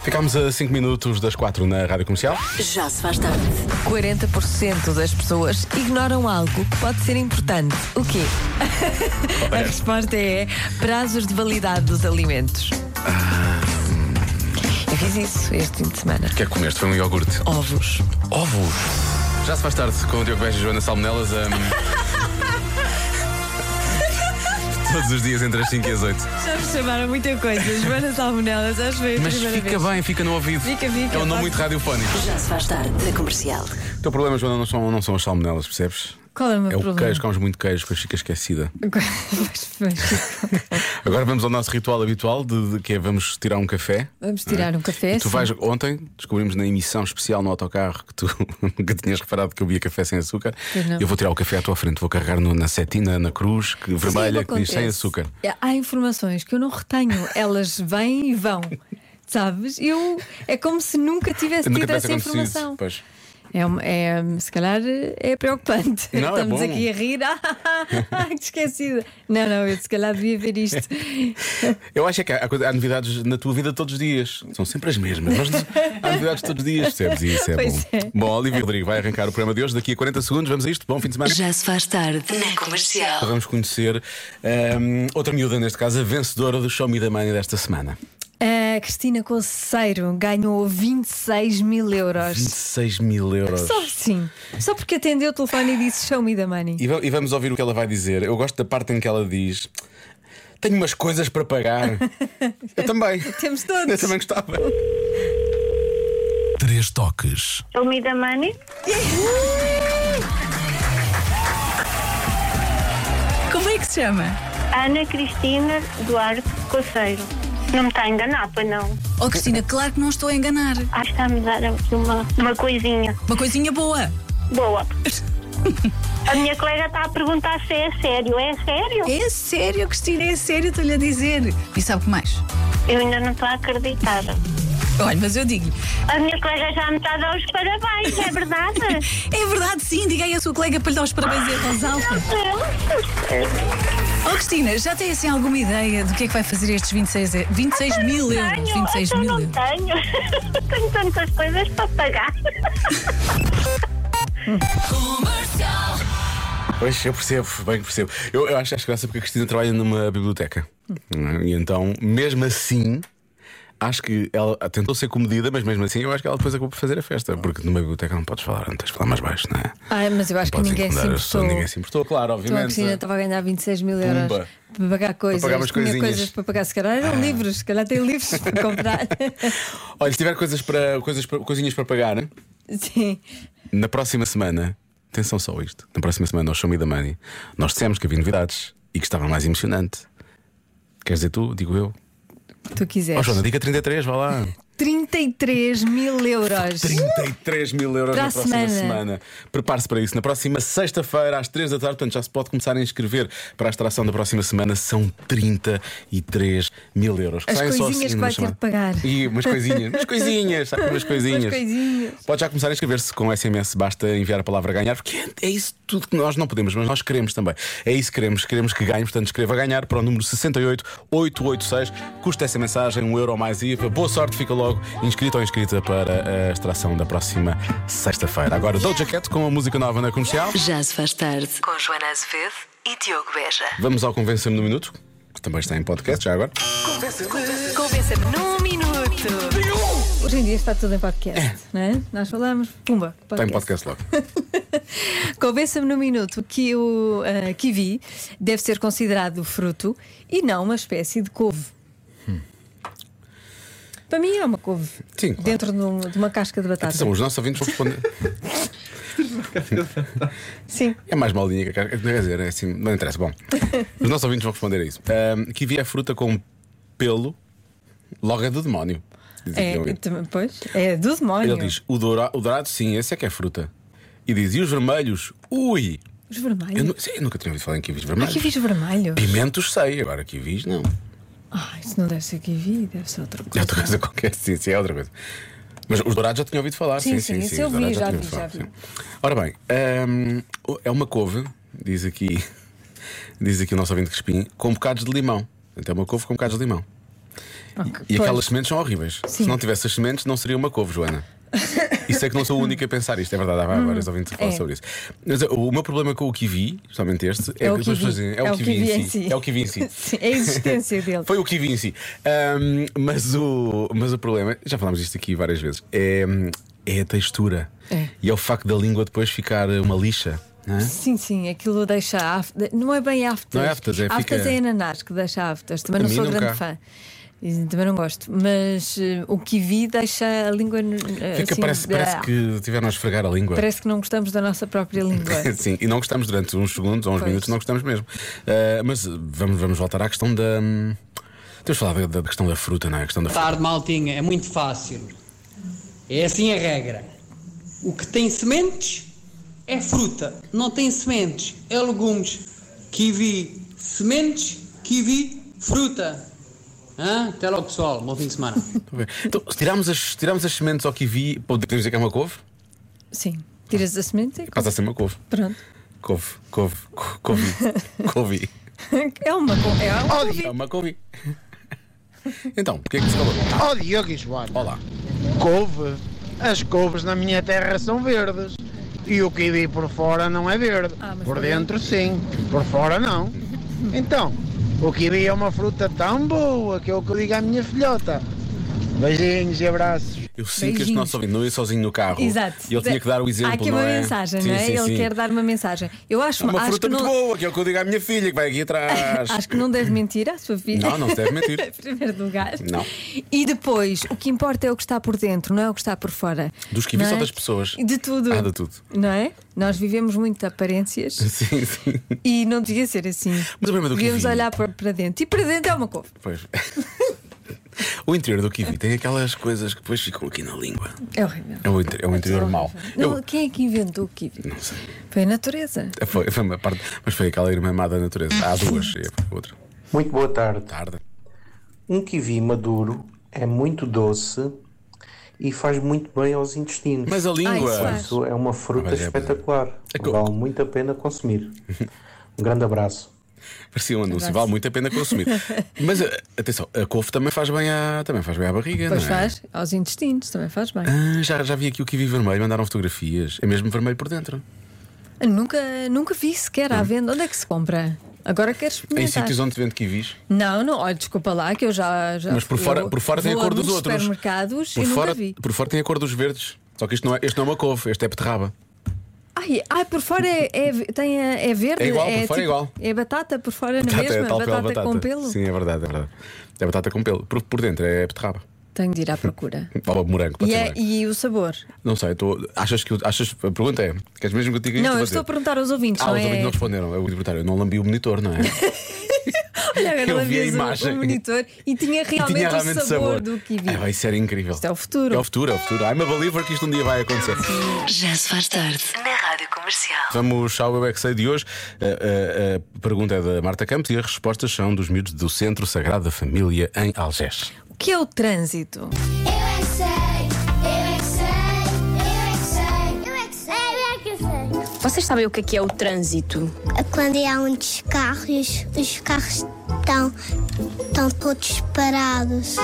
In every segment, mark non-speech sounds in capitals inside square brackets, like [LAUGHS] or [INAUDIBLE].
Ficámos a 5 minutos das 4 na Rádio Comercial. Já se faz tarde. 40% das pessoas ignoram algo que pode ser importante. O quê? A resposta é prazos de validade dos alimentos. Eu fiz isso este fim de semana. O que é que comeste? Foi um iogurte. Ovos. Ovos. Já se faz tarde com o Diogo Beja e Joana Salmonelas. hum, Todos os dias entre as 5 e as 8. Já me chamaram muita coisa. Joana Salmonelas, acho que foi É a Mas primeira fica vez. bem, fica no ouvido. Fica, fica, tá. É um nome passa. muito radiofónico. Já se faz tarde na comercial. O teu problema, Joana, não são, não são as salmonelas, percebes? Qual é o meu É o problema? queijo, comes muito queijo, depois fica esquecida. Mas- mas- Agora vamos ao nosso ritual habitual, de, de que é vamos tirar um café. [LAUGHS] Vamos tirar um café. Tu sim. vais, ontem descobrimos na emissão especial no autocarro que tu [LAUGHS] que tinhas reparado que eu bebia café sem açúcar. Pois não. Eu vou tirar o café à tua frente, vou carregar no- na setina, na cruz, que, Mas o que é que vermelha, que diz sem acontece? açúcar. É, Há informações que eu não retenho, elas vêm e vão. Sabes? Eu é como se nunca tivesse Nunca tido tivesse essa acontecido, informação. pois. É, uma- é, se calhar é preocupante. Não, é Estamos bom. aqui a rir. [LAUGHS] Ah, que esquecida. Não, não, eu se calhar devia ver [LAUGHS] isto. Eu acho é que há, há coisa- há novidades na tua vida todos os dias. São sempre as mesmas. mas há novidades todos os dias. Percebes? E Isso é Pois bom. é. Bom, Olivia Rodrigo vai arrancar o programa de hoje daqui a 40 segundos. Vamos a isto. Bom fim de semana. Já se faz tarde na comercial. Vamos conhecer hum, outra miúda, neste caso, a vencedora do Show Me the Money desta semana. A Cristina Conceiro ganhou 26 mil euros. 26 mil euros. Só assim. Só porque atendeu o telefone e disse show me the money. E, va- e vamos ouvir o que ela vai dizer. Eu gosto da parte em que ela diz: Tenho umas coisas para pagar. Eu também. [LAUGHS] Temos todos. Eu também gostava. Três toques. Show me the money. Como é que se chama? Ana Cristina Duarte Coceiro. Não me está a enganar, pois não? Oh Cristina, claro que não estou a enganar. Acho que está-me a dar aqui uma, uma coisinha Uma coisinha boa. boa. A minha colega está a perguntar se é sério. É sério? É sério, Cristina, é sério, estou-lhe a dizer. E sabe o que mais? Eu ainda não estou a acreditar. Olha, mas eu digo-lhe. A minha colega já me está a dar os parabéns, é [LAUGHS] verdade? É verdade, sim, diga aí à sua colega para lhe dar os parabéns e a Rosalfa. Oh Cristina, já tem assim alguma ideia do que é que vai fazer estes 26, e- 26 mil euros? Tenho, 26 eu mil não euros. tenho. [LAUGHS] tenho tantas coisas para pagar. é Pois, eu percebo, bem que percebo. Eu, eu acho, acho graça porque a Cristina trabalha numa biblioteca. Não é? E então, mesmo assim. Acho que ela tentou ser comedida, mas mesmo assim eu acho que ela depois acabou por fazer a festa. Porque numa biblioteca não podes falar, não tens de falar mais baixo, não é? Ah, mas eu acho que Podes ninguém se incomodar as pessoas, importou. ninguém se importou, claro, Então a obviamente. é? Cristina estava a ganhar 26 mil euros Pumba. para pagar coisas. Para pagar umas tinha coisinhas. Ah. coisas para pagar. Se calhar eram livros, se calhar tem livros para comprar. [LAUGHS] Olha, se tiver coisas para, coisas para- coisinhas para pagar, hein? Sim. Na próxima semana, atenção só a isto. Na próxima semana, ao Show Me the Money, nós dissemos que havia novidades e que estava mais emocionante. Queres dizer tu? Digo eu. Tu Ó, quiseres. Joana, diga 33, vá lá. 33 mil euros. 33 mil euros Para na a próxima semana. semana. Prepare-se para isso. Na próxima sexta-feira, às 3 da tarde, portanto, já se pode começar a inscrever para a extração da próxima semana. São 33 mil euros. As Saem só coisinhas assim que numa vai ter chamada. de pagar. E umas coisinhas. umas coisinhas, sabe? Umas coisinhas. Umas coisinhas. Pode já começar a inscrever-se com SMS. Basta enviar a palavra ganhar, porque é isso tudo que nós não podemos, mas nós queremos também. É isso que queremos. Queremos que ganhe. Portanto, escreva ganhar para o número 68886. Custa essa mensagem, um euro mais IVA. Boa sorte, fica logo inscrito ou inscrita para a extração da próxima sexta-feira. Agora, Doja Cat com a música nova na comercial. Já se faz tarde com Joana Azevedo e Diogo Beja. Vamos ao Convença-me no Minuto, que também está em podcast já agora. Convença-me num minuto. Uh! Hoje em dia está tudo em podcast, não é? Nós falamos, pumba, Está em podcast. podcast logo. Convença-me no minuto que o ah, kiwi deve ser considerado fruto e não uma espécie de couve. Para mim é uma couve. Hum. Sim, claro. Dentro de, um- de uma casca de batata. Atenção, os nossos ouvintes vão responder. Sim. É mais maldinha que a carga. Quer dizer, é assim, não interessa. [LAUGHS] Bom, os nossos ouvintes vão responder a isso. Ahm, kiwi é fruta com pelo, logo é do demónio. diz aqui É, um ouvinte. tam- pois, é do demónio. Ele diz: o, doura, o dourado, sim, esse é que é fruta. E diz: e os vermelhos? Ui! Os Eu, vermelhos. nu- sim, eu nunca tinha ouvido falar em kiwis Há vermelhos. kiwis vermelhos. Pimentos sei, agora kiwis não. Ah, isso não deve ser kiwi, deve ser outra É [LAUGHS] coisa. outra coisa qualquer, sim, sim, é outra coisa. Mas os dourados já tinha ouvido falar, sim, Sim, sim, sim, sim. esse eu os vi, dourados já tinha vi, ouvido já falar, sim. Ora bem, ahm, é uma couve, diz aqui, [LAUGHS] Então, diz aqui o nosso ouvinte Crespim, com bocados de limão. Portanto, é uma couve com bocados de limão. Ok, E pois. aquelas sementes são horríveis. Se não tivesse as sementes, não seria uma couve, [LAUGHS] Joana. Isso é que não sou o único a pensar isto, é verdade, há vários ouvintes a falar é. sobre isso. Mas uh, o meu problema com o kiwi, especialmente este, é, É que o as pessoas kiwi. dizem, é o kiwi em si. É o kiwi em si. [LAUGHS] Sim, é a existência dele. Foi o kiwi em si. Ahm, mas, o, mas o problema, já falámos disto aqui várias vezes, é, é a textura. É. E é o facto da língua depois ficar uma lixa. não é? Sim, sim, aquilo deixa aftas. Não é bem aftas. Não é afters, é fica- é ananás que deixa aftas. Também A não mim sou nunca. grande fã. E Também não gosto. Mas eh, o kiwi deixa a língua. no- eh, Fica, assim, parece, da- parece que tiveram a esfregar a língua. parece que não gostamos da nossa [LAUGHS] própria língua. Sim, e não gostamos durante uns segundos ou uns Pois. minutos, não gostamos mesmo. Ah, mas ah, vamos, vamos voltar à questão da. hum, Temos de falar da, da questão da fruta, não é? A questão da Tá. fruta. Tarde, maltinha, é muito fácil. É assim a regra. O que tem sementes é fruta. Não tem sementes, é legumes. Kiwi, sementes, kiwi, fruta. Hã? Até logo, pessoal. Bom fim de semana. Estou a ver. Então, se tirarmos as, tirarmos as sementes ao kiwi, pô, podemos dizer que é uma couve? Sim. Tiras a semente e Passa a ser uma couve. pronto. [LAUGHS] Couve, couve, co- couve, couve. É uma. co- É uma É uma couve. [LAUGHS] Então, o que é que se falou? Ó Diogo e Joana, Olá. couve. As couves na minha terra são verdes. E o kiwi por fora não é verde. mas por por dentro sim, por fora não. Então, o kiwi é uma fruta tão boa que é o que eu digo à minha filhota. Beijinhos e abraços. Eu sinto que este Beijinhos. nosso ouvinte não ia sozinho no carro. Exato. E ele tinha que dar o exemplo. Há aqui não uma é? mensagem, Sim, não é? sim, Ele sim. quer dar uma mensagem. Eu acho, É uma acho fruta que não. muito boa, que é o que eu digo à minha filha que vai aqui atrás. [LAUGHS] Acho que não deve mentir à sua filha. Não, não se deve mentir. [LAUGHS] em primeiro lugar. Não. E depois, o que importa é o que está por dentro, não é o que está por fora. Dos kiwis Não ou é? das pessoas? De tudo. Ah, de tudo. Não é? Nós vivemos muito [LAUGHS] de aparências Sim, sim. e não devia ser assim. Mas o problema do Devíamos kiwi- olhar para, para dentro. E para dentro é uma couve. Pois. [LAUGHS] o interior do kiwi tem aquelas coisas que depois ficam aqui na língua. É horrível. É o, inter- é o interior mau. Não, Eu Quem é que inventou o kiwi? não sei. É, Foi a natureza. Foi, foi uma parte, mas foi aquela irmã má da natureza. Há duas, é outra. Muito boa tarde. Tarde. Um kiwi maduro é muito doce e faz muito bem aos intestinos. Mas a língua. isso faz. Isso é uma fruta Mas é- espetacular. É que- Vale muito a pena consumir. Um grande abraço. Parecia um anúncio, vale muito a pena [LAUGHS] consumir. Mas a- atenção, a couve também faz bem à, também faz bem à barriga, Pois não é? faz, aos intestinos, também faz bem. Ah, já, já vi aqui o kiwi vermelho, mandaram fotografias. É mesmo vermelho por dentro. Nunca, nunca vi sequer à venda. Onde é que se compra? Agora quero Em experimentar. sítios onde vende kiwis. Não, não, olha, desculpa lá que eu já. já Mas por eu fora, por fora tem a vou cor dos muitos outros. supermercados por e fora, nunca vi. por fora tem a cor dos verdes. Só que isto não é, este não é uma couve, este é beterraba. Ai, ai, por fora é, é, tem a- é verde. É igual, por fora é tipo- igual. É batata, por fora é na Batata, mesma, é tal pela batata, com pelo. Sim, é verdade, é verdade. É batata com pelo. Por, por dentro é beterraba. Tenho de ir à [LAUGHS] procura. Ou morango, pode E, ser é- morango. e o sabor? Não sei, eu tô, achas que. eu- Achas, a pergunta é: queres mesmo que eu te diga isto? não, eu Vou estou a dizer. perguntar aos ouvintes, Ah, não os ouvintes é? não responderam. Eu, vou perguntar, eu não lambi o monitor, não é? [LAUGHS] Olha, [LAUGHS] agora Eu ela vi a viu o- imagem. o monitor e [LAUGHS] tinha E realmente, o sabor, do kiwi. Ah, vai, isso era incrível. Isto é o futuro. É o futuro, é o futuro. I'm a believer que isto um dia vai acontecer. Já se faz tarde na Rádio Comercial. Vamos ao Eu É Que Sei de hoje. A, a- a pergunta é da Marta Campos e as respostas são dos miúdos do Centro Sagrado da Família em Algés. O que é o trânsito? Eu é que sei, eu é que sei, eu é que sei, eu é que sei, eu é que sei, eu é que sei. Vocês sabem o que é, que é o trânsito? Quando há um descarro e os, os carros estão, estão todos parados.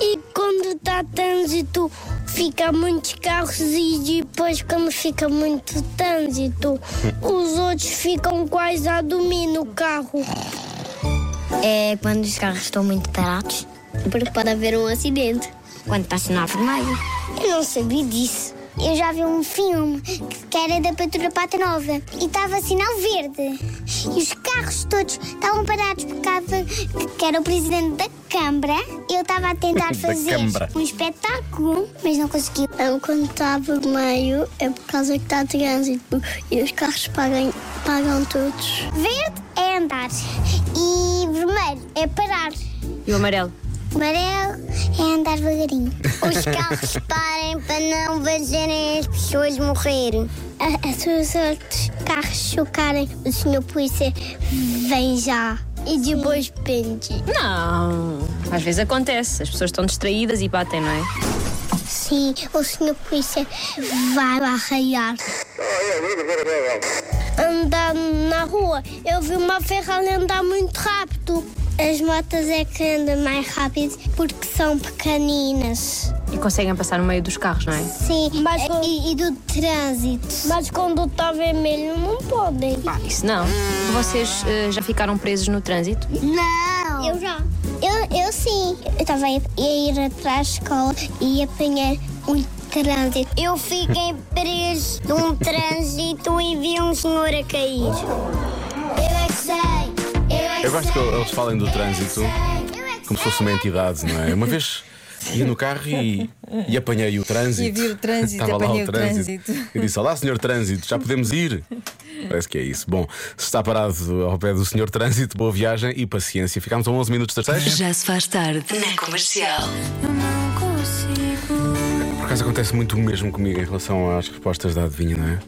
E quando está trânsito, fica muitos carros e depois quando fica muito trânsito, os outros ficam quase a dormir no carro. É quando os carros estão muito parados. Porque pode haver um acidente. Quando está sinal vermelho. Eu não sabia disso. Eu já vi um filme que era da Patrulha Pata Nova e estava sinal verde. E os carros todos estavam parados por causa de que era o presidente da Câmara. Eu estava a [LAUGHS] tentar Da fazer Câmara. um espetáculo, mas não consegui. Eu, quando está vermelho é por causa que está trânsito e os carros pagam, pagam todos. Verde é andar e vermelho é parar. E o amarelo? Amarelo é andar devagarinho. Os carros [LAUGHS] parem para não fazerem as pessoas morrerem. Se os outros carros chocarem, o senhor polícia vem já. E depois pende. Não. Às vezes acontece. As pessoas estão distraídas e batem, não é? Sim, o senhor polícia vai arraiar. Andando na rua, eu vi uma Ferrari andar muito rápido. As motas é que andam mais rápido porque são pequeninas. E conseguem passar no meio dos carros, não é? Sim, mas e, e do trânsito. Mas quando está vermelho não podem. Isso não. Vocês eh, já ficaram presos no trânsito? Não. Eu já. Eu, eu sim. Eu estava a ir- a ir atrás da escola e apanhei um trânsito. Eu fiquei preso num trânsito e vi um senhor a cair. Eu é que sei. Eu é que Eu gosto que eles falem do trânsito como se fosse uma entidade, não é? Uma vez ia no carro e, e apanhei o trânsito. E vi o trânsito, Estava lá apanhei o o trânsito. trânsito. E disse: Olá, senhor trânsito, já podemos ir. Parece que é isso. Bom, se está parado ao pé do senhor trânsito, boa viagem e paciência. Ficámos a 11 minutos das 6. Já se faz tarde na comercial. Por acaso acontece muito o mesmo comigo em relação às respostas da adivinha, não é?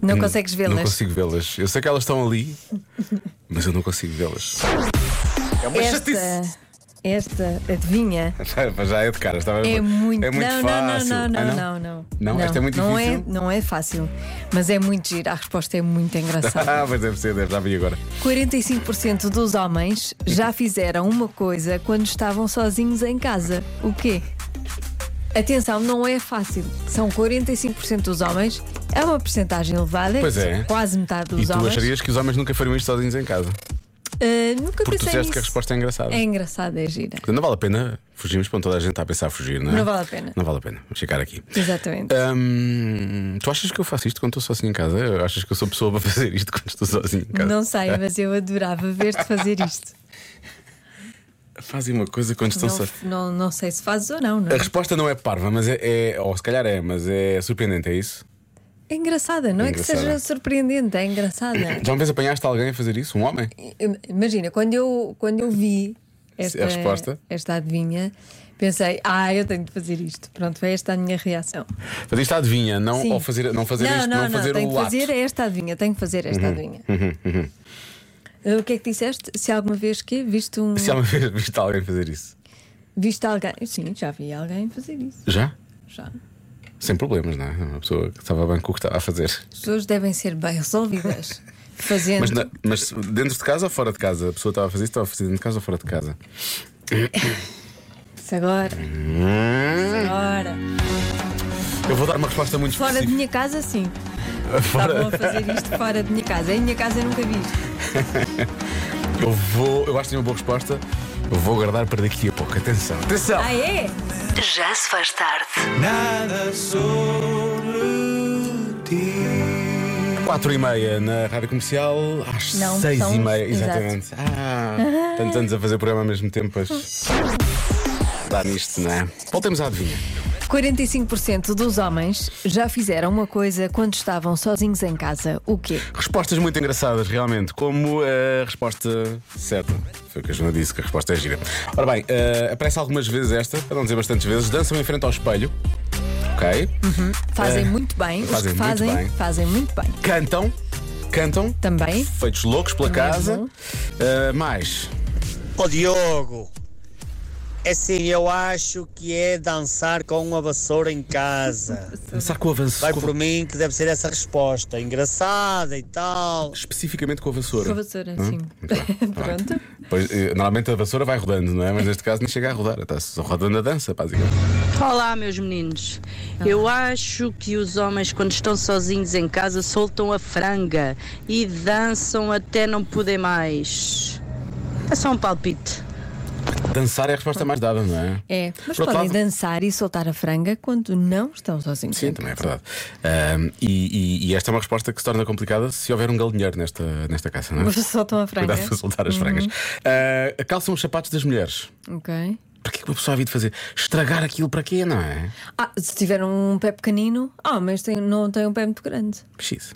Não consegues Não vê-las. consigo vê-las. Eu sei que elas estão ali, mas eu não consigo vê-las. É uma chatice. Esta, esta adivinha Já, [LAUGHS] já é de cara, estava é muito, é muito não, fácil. não, não, Ah, não, não, não, Não, esta é muito não difícil. [LAUGHS] É, não é fácil, mas é muito giro. A resposta é muito engraçada. [LAUGHS] Ah, mas deve ser, deve, já vi agora. 45% dos homens já fizeram uma coisa quando estavam sozinhos em casa. O quê? Atenção, não é fácil. São 45% dos homens. É uma porcentagem elevada, Pois é. quase metade dos e tu homens. acharias que os homens nunca fariam isto sozinhos em casa? Ah, nunca Porque tu pensei disseste que a nisso. resposta é engraçada. É engraçada, é gira. [LAUGHS] Portanto, Não vale a pena fugirmos para toda a gente está a pensar a fugir, não é? Não vale a pena. Não vale a pena. Vamos ficar aqui. Exatamente. [LAUGHS] Hum, tu achas que eu faço isto quando estou sozinho em casa? Achas que eu sou pessoa para [LAUGHS] fazer isto quando estou sozinho em casa? Não sei, mas eu adorava ver-te fazer isto. Fazem uma coisa quando estão Não, sozinhos. não, não sei se fazes ou não, não. A é? resposta não é parva, mas é, é- Ou se calhar é, mas é surpreendente, é isso? É engraçada, não é, que Engraçada. seja surpreendente, é [COUGHS] engraçada. Já uma vez apanhaste alguém a fazer isso? Um homem? Im- Imagina, quando eu, quando eu vi esta, A resposta? esta adivinha, pensei, ah, eu tenho de fazer isto. Pronto, foi esta a minha reação. Fazer isto à adivinha, não, Sim. ou fazer, não fazer não, isto, não, não, fazer tenho o de ato. Uhum, fazer esta adivinha, tenho de fazer esta adivinha. O que é que disseste? Se alguma vez que viste um. Se alguma vez viste alguém fazer isso? Viste alguém. Sim, já vi alguém fazer isso. Já? Já. Sem problemas, não é? Uma pessoa que estava bem com o que estava a fazer. As pessoas devem ser bem resolvidas. Fazendo. Mas, na- mas dentro de casa ou fora de casa? A pessoa estava a fazer isso, estava a fazer dentro de casa ou fora de casa? Isso agora. Hum. Isso agora. Eu vou dar uma resposta muito Fora de específica. minha casa, sim. Ah, Fora- Estavam a fazer isto fora de minha casa. Em minha casa eu nunca vi isto. Eu vou, eu acho que tenho uma boa resposta. Eu vou guardar para daqui a pouco. Atenção, atenção! Ah, é? Já se faz tarde. Nada sobre ti. 4 e meia na rádio comercial, às Não, 6 são- e meia, exato. Uhum. exatamente. Ah, tantos anos a fazer programa ao mesmo tempo. Mas... Dá nisto, não é? Voltemos à adivinha. 45% dos homens já fizeram uma coisa quando estavam sozinhos em casa. O quê? Respostas muito engraçadas, realmente, como a resposta certa. Foi o que a Joana disse, que a resposta é gira. Ora bem, eh, aparece algumas vezes esta, para não dizer bastantes vezes, dançam em frente ao espelho, ok? Fazem Eh, muito bem. Os fazem que muito fazem, bem. fazem muito bem. Cantam, cantam, Também. feitos loucos pela Também é casa. bom. Eh, mais, Ó Diogo, é assim, eu acho que é dançar com uma vassoura em casa. dançar com a Vai vassoura. por mim que deve ser essa resposta. Engraçada e tal. Especificamente com a vassoura. Com a vassoura, Hum? sim. [LAUGHS] Pronto. Pois, eh, normalmente a vassoura vai rodando, não é? Mas neste caso nem chega a rodar, está só rodando a dança, basicamente. Olá, meus meninos. Eu acho que os homens, quando estão sozinhos em casa, soltam a franga e dançam até não poder mais. É só um palpite. Dançar é a resposta mais dada, não é? É. Mas Por outro podem lado- dançar e soltar a franga quando não estão sozinhos. Sim, também é verdade. Ahm, e, e- e esta é uma resposta que se torna complicada se houver um galinheiro nesta, nesta casa, não é? Mas soltam a franga. Cuidado para soltar as Uhum. frangas. Ah, calçam os sapatos das mulheres. Ok. Para que é que uma pessoa havia de fazer? Estragar aquilo para quê, não é? Ah, se tiver um pé pequenino, ah, mas tem- não tem um pé muito grande. X.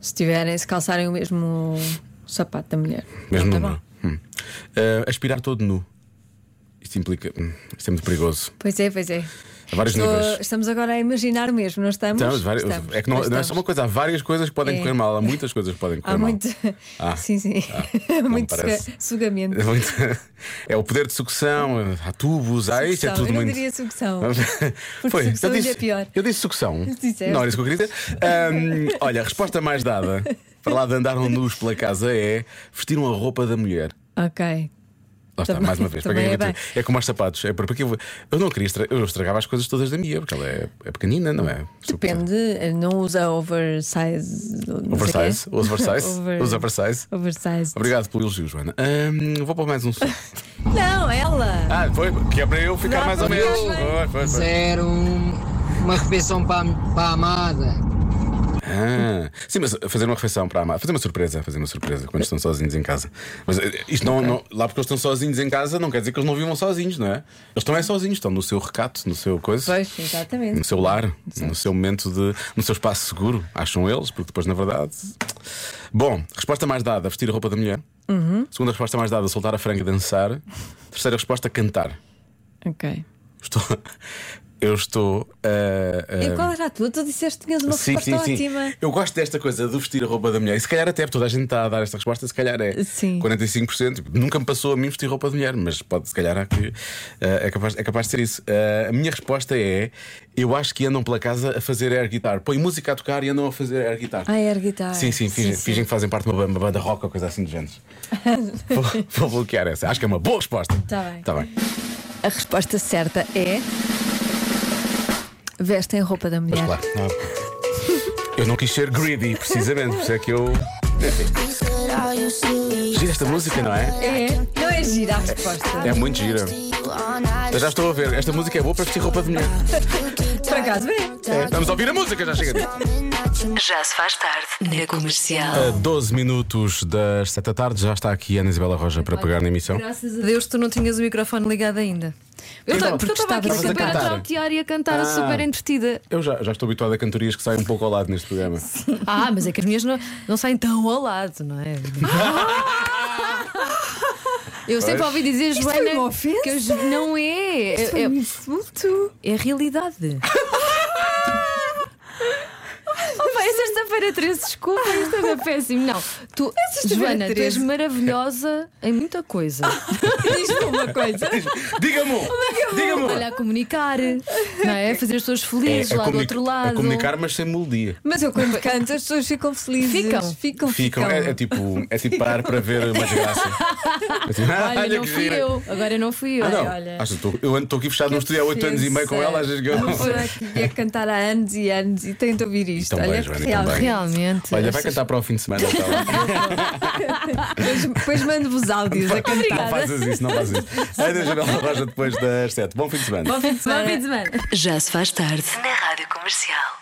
Se tiverem, se calçarem o mesmo sapato da mulher. Mesmo Tá número. bom. Hum. Ah, aspirar todo nu. Isto implica. hum, isto é muito perigoso. Pois é, pois é. A vários Estou- níveis. Estamos agora a imaginar mesmo, não estamos? Estamos, várias- Estamos, é que não, não é estamos. só uma coisa, há várias coisas que podem É. correr mal, há muitas coisas que podem correr Há mal. [LAUGHS] muito. Ah. [LAUGHS] sim, sim. não me [LAUGHS] muito suga- parece. sugamento. É muito- É o poder de sucção, há tubos, há isso, é Sucção. tudo Eu não muito. [LAUGHS] diria sucção. Porque Foi, sucção eu ainda disse, é pior. Eu disse sucção. [LAUGHS] Disseste. Não era isso que eu queria dizer. Ahm, olha, a resposta [LAUGHS] um mais dada para lá de andaram nus pela casa é vestir uma roupa da mulher. Ok. Lá está, Também- mais uma vez. Para também quem é inventa- é como aos sapatos. É por- porque eu, eu não queria estra- eu estragava as coisas todas da minha, porque ela é, é pequenina, não é? Depende, não usa oversize. não sei o quê. Oversize. Os oversize. [LAUGHS] Over- Os oversize. Oversize. Obrigado pelo elogio, Joana. Hum, vou para mais [LAUGHS] um som. Não, ela! Ah, foi, que é para eu ficar mais ou menos. Foi, foi, foi. Zero, uma refeição para a, para a amada. Ah, sim, mas fazer uma refeição para a amada, fazer uma surpresa, fazer uma surpresa quando estão sozinhos em casa. Mas eh, isto não, não- lá porque eles estão sozinhos em casa não quer dizer que eles não vivam sozinhos, não é? Eles estão é sozinhos, estão no seu recato, no seu coisa, Pois, exatamente. no seu lar, no seu momento de, no seu espaço seguro, acham eles, porque depois na verdade. Bom, resposta mais dada: vestir a roupa da mulher. Uhum. Segunda resposta mais dada: soltar a franga e dançar. Terceira resposta: cantar. Hum. Ok. Estou, [LAUGHS] eu estou. eh, eh, E qual era a tua? Tu disseste que tinhas uma Sim, sim, resposta sim. ótima. Eu gosto desta coisa de vestir a roupa da mulher. E se calhar até toda a gente está a dar esta resposta, se calhar é Sim. 45%. Nunca me passou a mim vestir roupa de mulher, mas pode, se calhar há que, eh, é, capaz, é capaz de ser isso. Eh, a minha resposta é: eu acho que andam pela casa a fazer air guitar. Põe música a tocar e andam a fazer air guitar. Ah, air guitar. Sim, sim, fingem, fingem que fazem parte de uma banda, uma banda rock ou coisa assim do [LAUGHS] género. [LAUGHS] vou, vou bloquear essa. Acho que é uma boa resposta. Tá bem. Tá bem. A resposta certa é. Vestem a roupa da Mas mulher. claro, não- eu não quis ser greedy, precisamente, por isso é que eu. Enfim. Gira esta música, não é? É, não é gira a resposta. É muito gira. Eu já estou a ver, esta música é boa para vestir roupa de mulher. Por acaso, é. É, vamos ouvir a música, já chega. Já se faz tarde na comercial. A 12 minutos das 7 da tarde, já está aqui a Ana Isabela Roja para pegar na emissão. Graças a Deus tu não tinhas o microfone ligado ainda. Eu Então, estava porque aqui estavas a super a cantar. trautear e a cantar Ah. a super entretida. Eu já, já estou habituado a cantorias que saem um pouco ao lado neste programa. Ah, mas é que as minhas não, não saem tão ao lado, não é? Eu Pois. sempre ouvi dizer, Isto Joana, foi uma ofensa? que as- não é. Isto foi é, um insulto. É a realidade. Oh, pá, é sexta-feira 13, desculpa, isto é péssimo. Não, tu, sexta-feira Joana, tu és 13. maravilhosa em muita coisa. Diz-me uma coisa. [LAUGHS] Diga-me! um! Diga-me! Olha, a comunicar, não é? Fazer as pessoas felizes É, a lá do comuni- outro A lado. comunicar, mas sem melodia. Mas eu quando canto as pessoas ficam felizes. Ficam. Ficam, Ficam, é, é tipo, é tipo parar para ver uma desgraça. É tipo, [LAUGHS] Olha, [LAUGHS] olha não que fui gira. eu. Agora não fui eu. Ah, não. Olha. Acho que estou- eu estou aqui fechado num estúdio há 8 anos e meio com ela, às vezes que eu Uma pessoa que ia cantar há anos e anos e tenta ouvir isto. também, Olha, Joana, que e real, também. realmente. Olha, vai cantar para o fim de semana. Tá bem. Depois, depois mando-vos áudios a cantar. não assim. faças isso, não faças isso. Ana Janela Roja depois das 7. Bom fim de semana. Já se faz tarde na Rádio Comercial.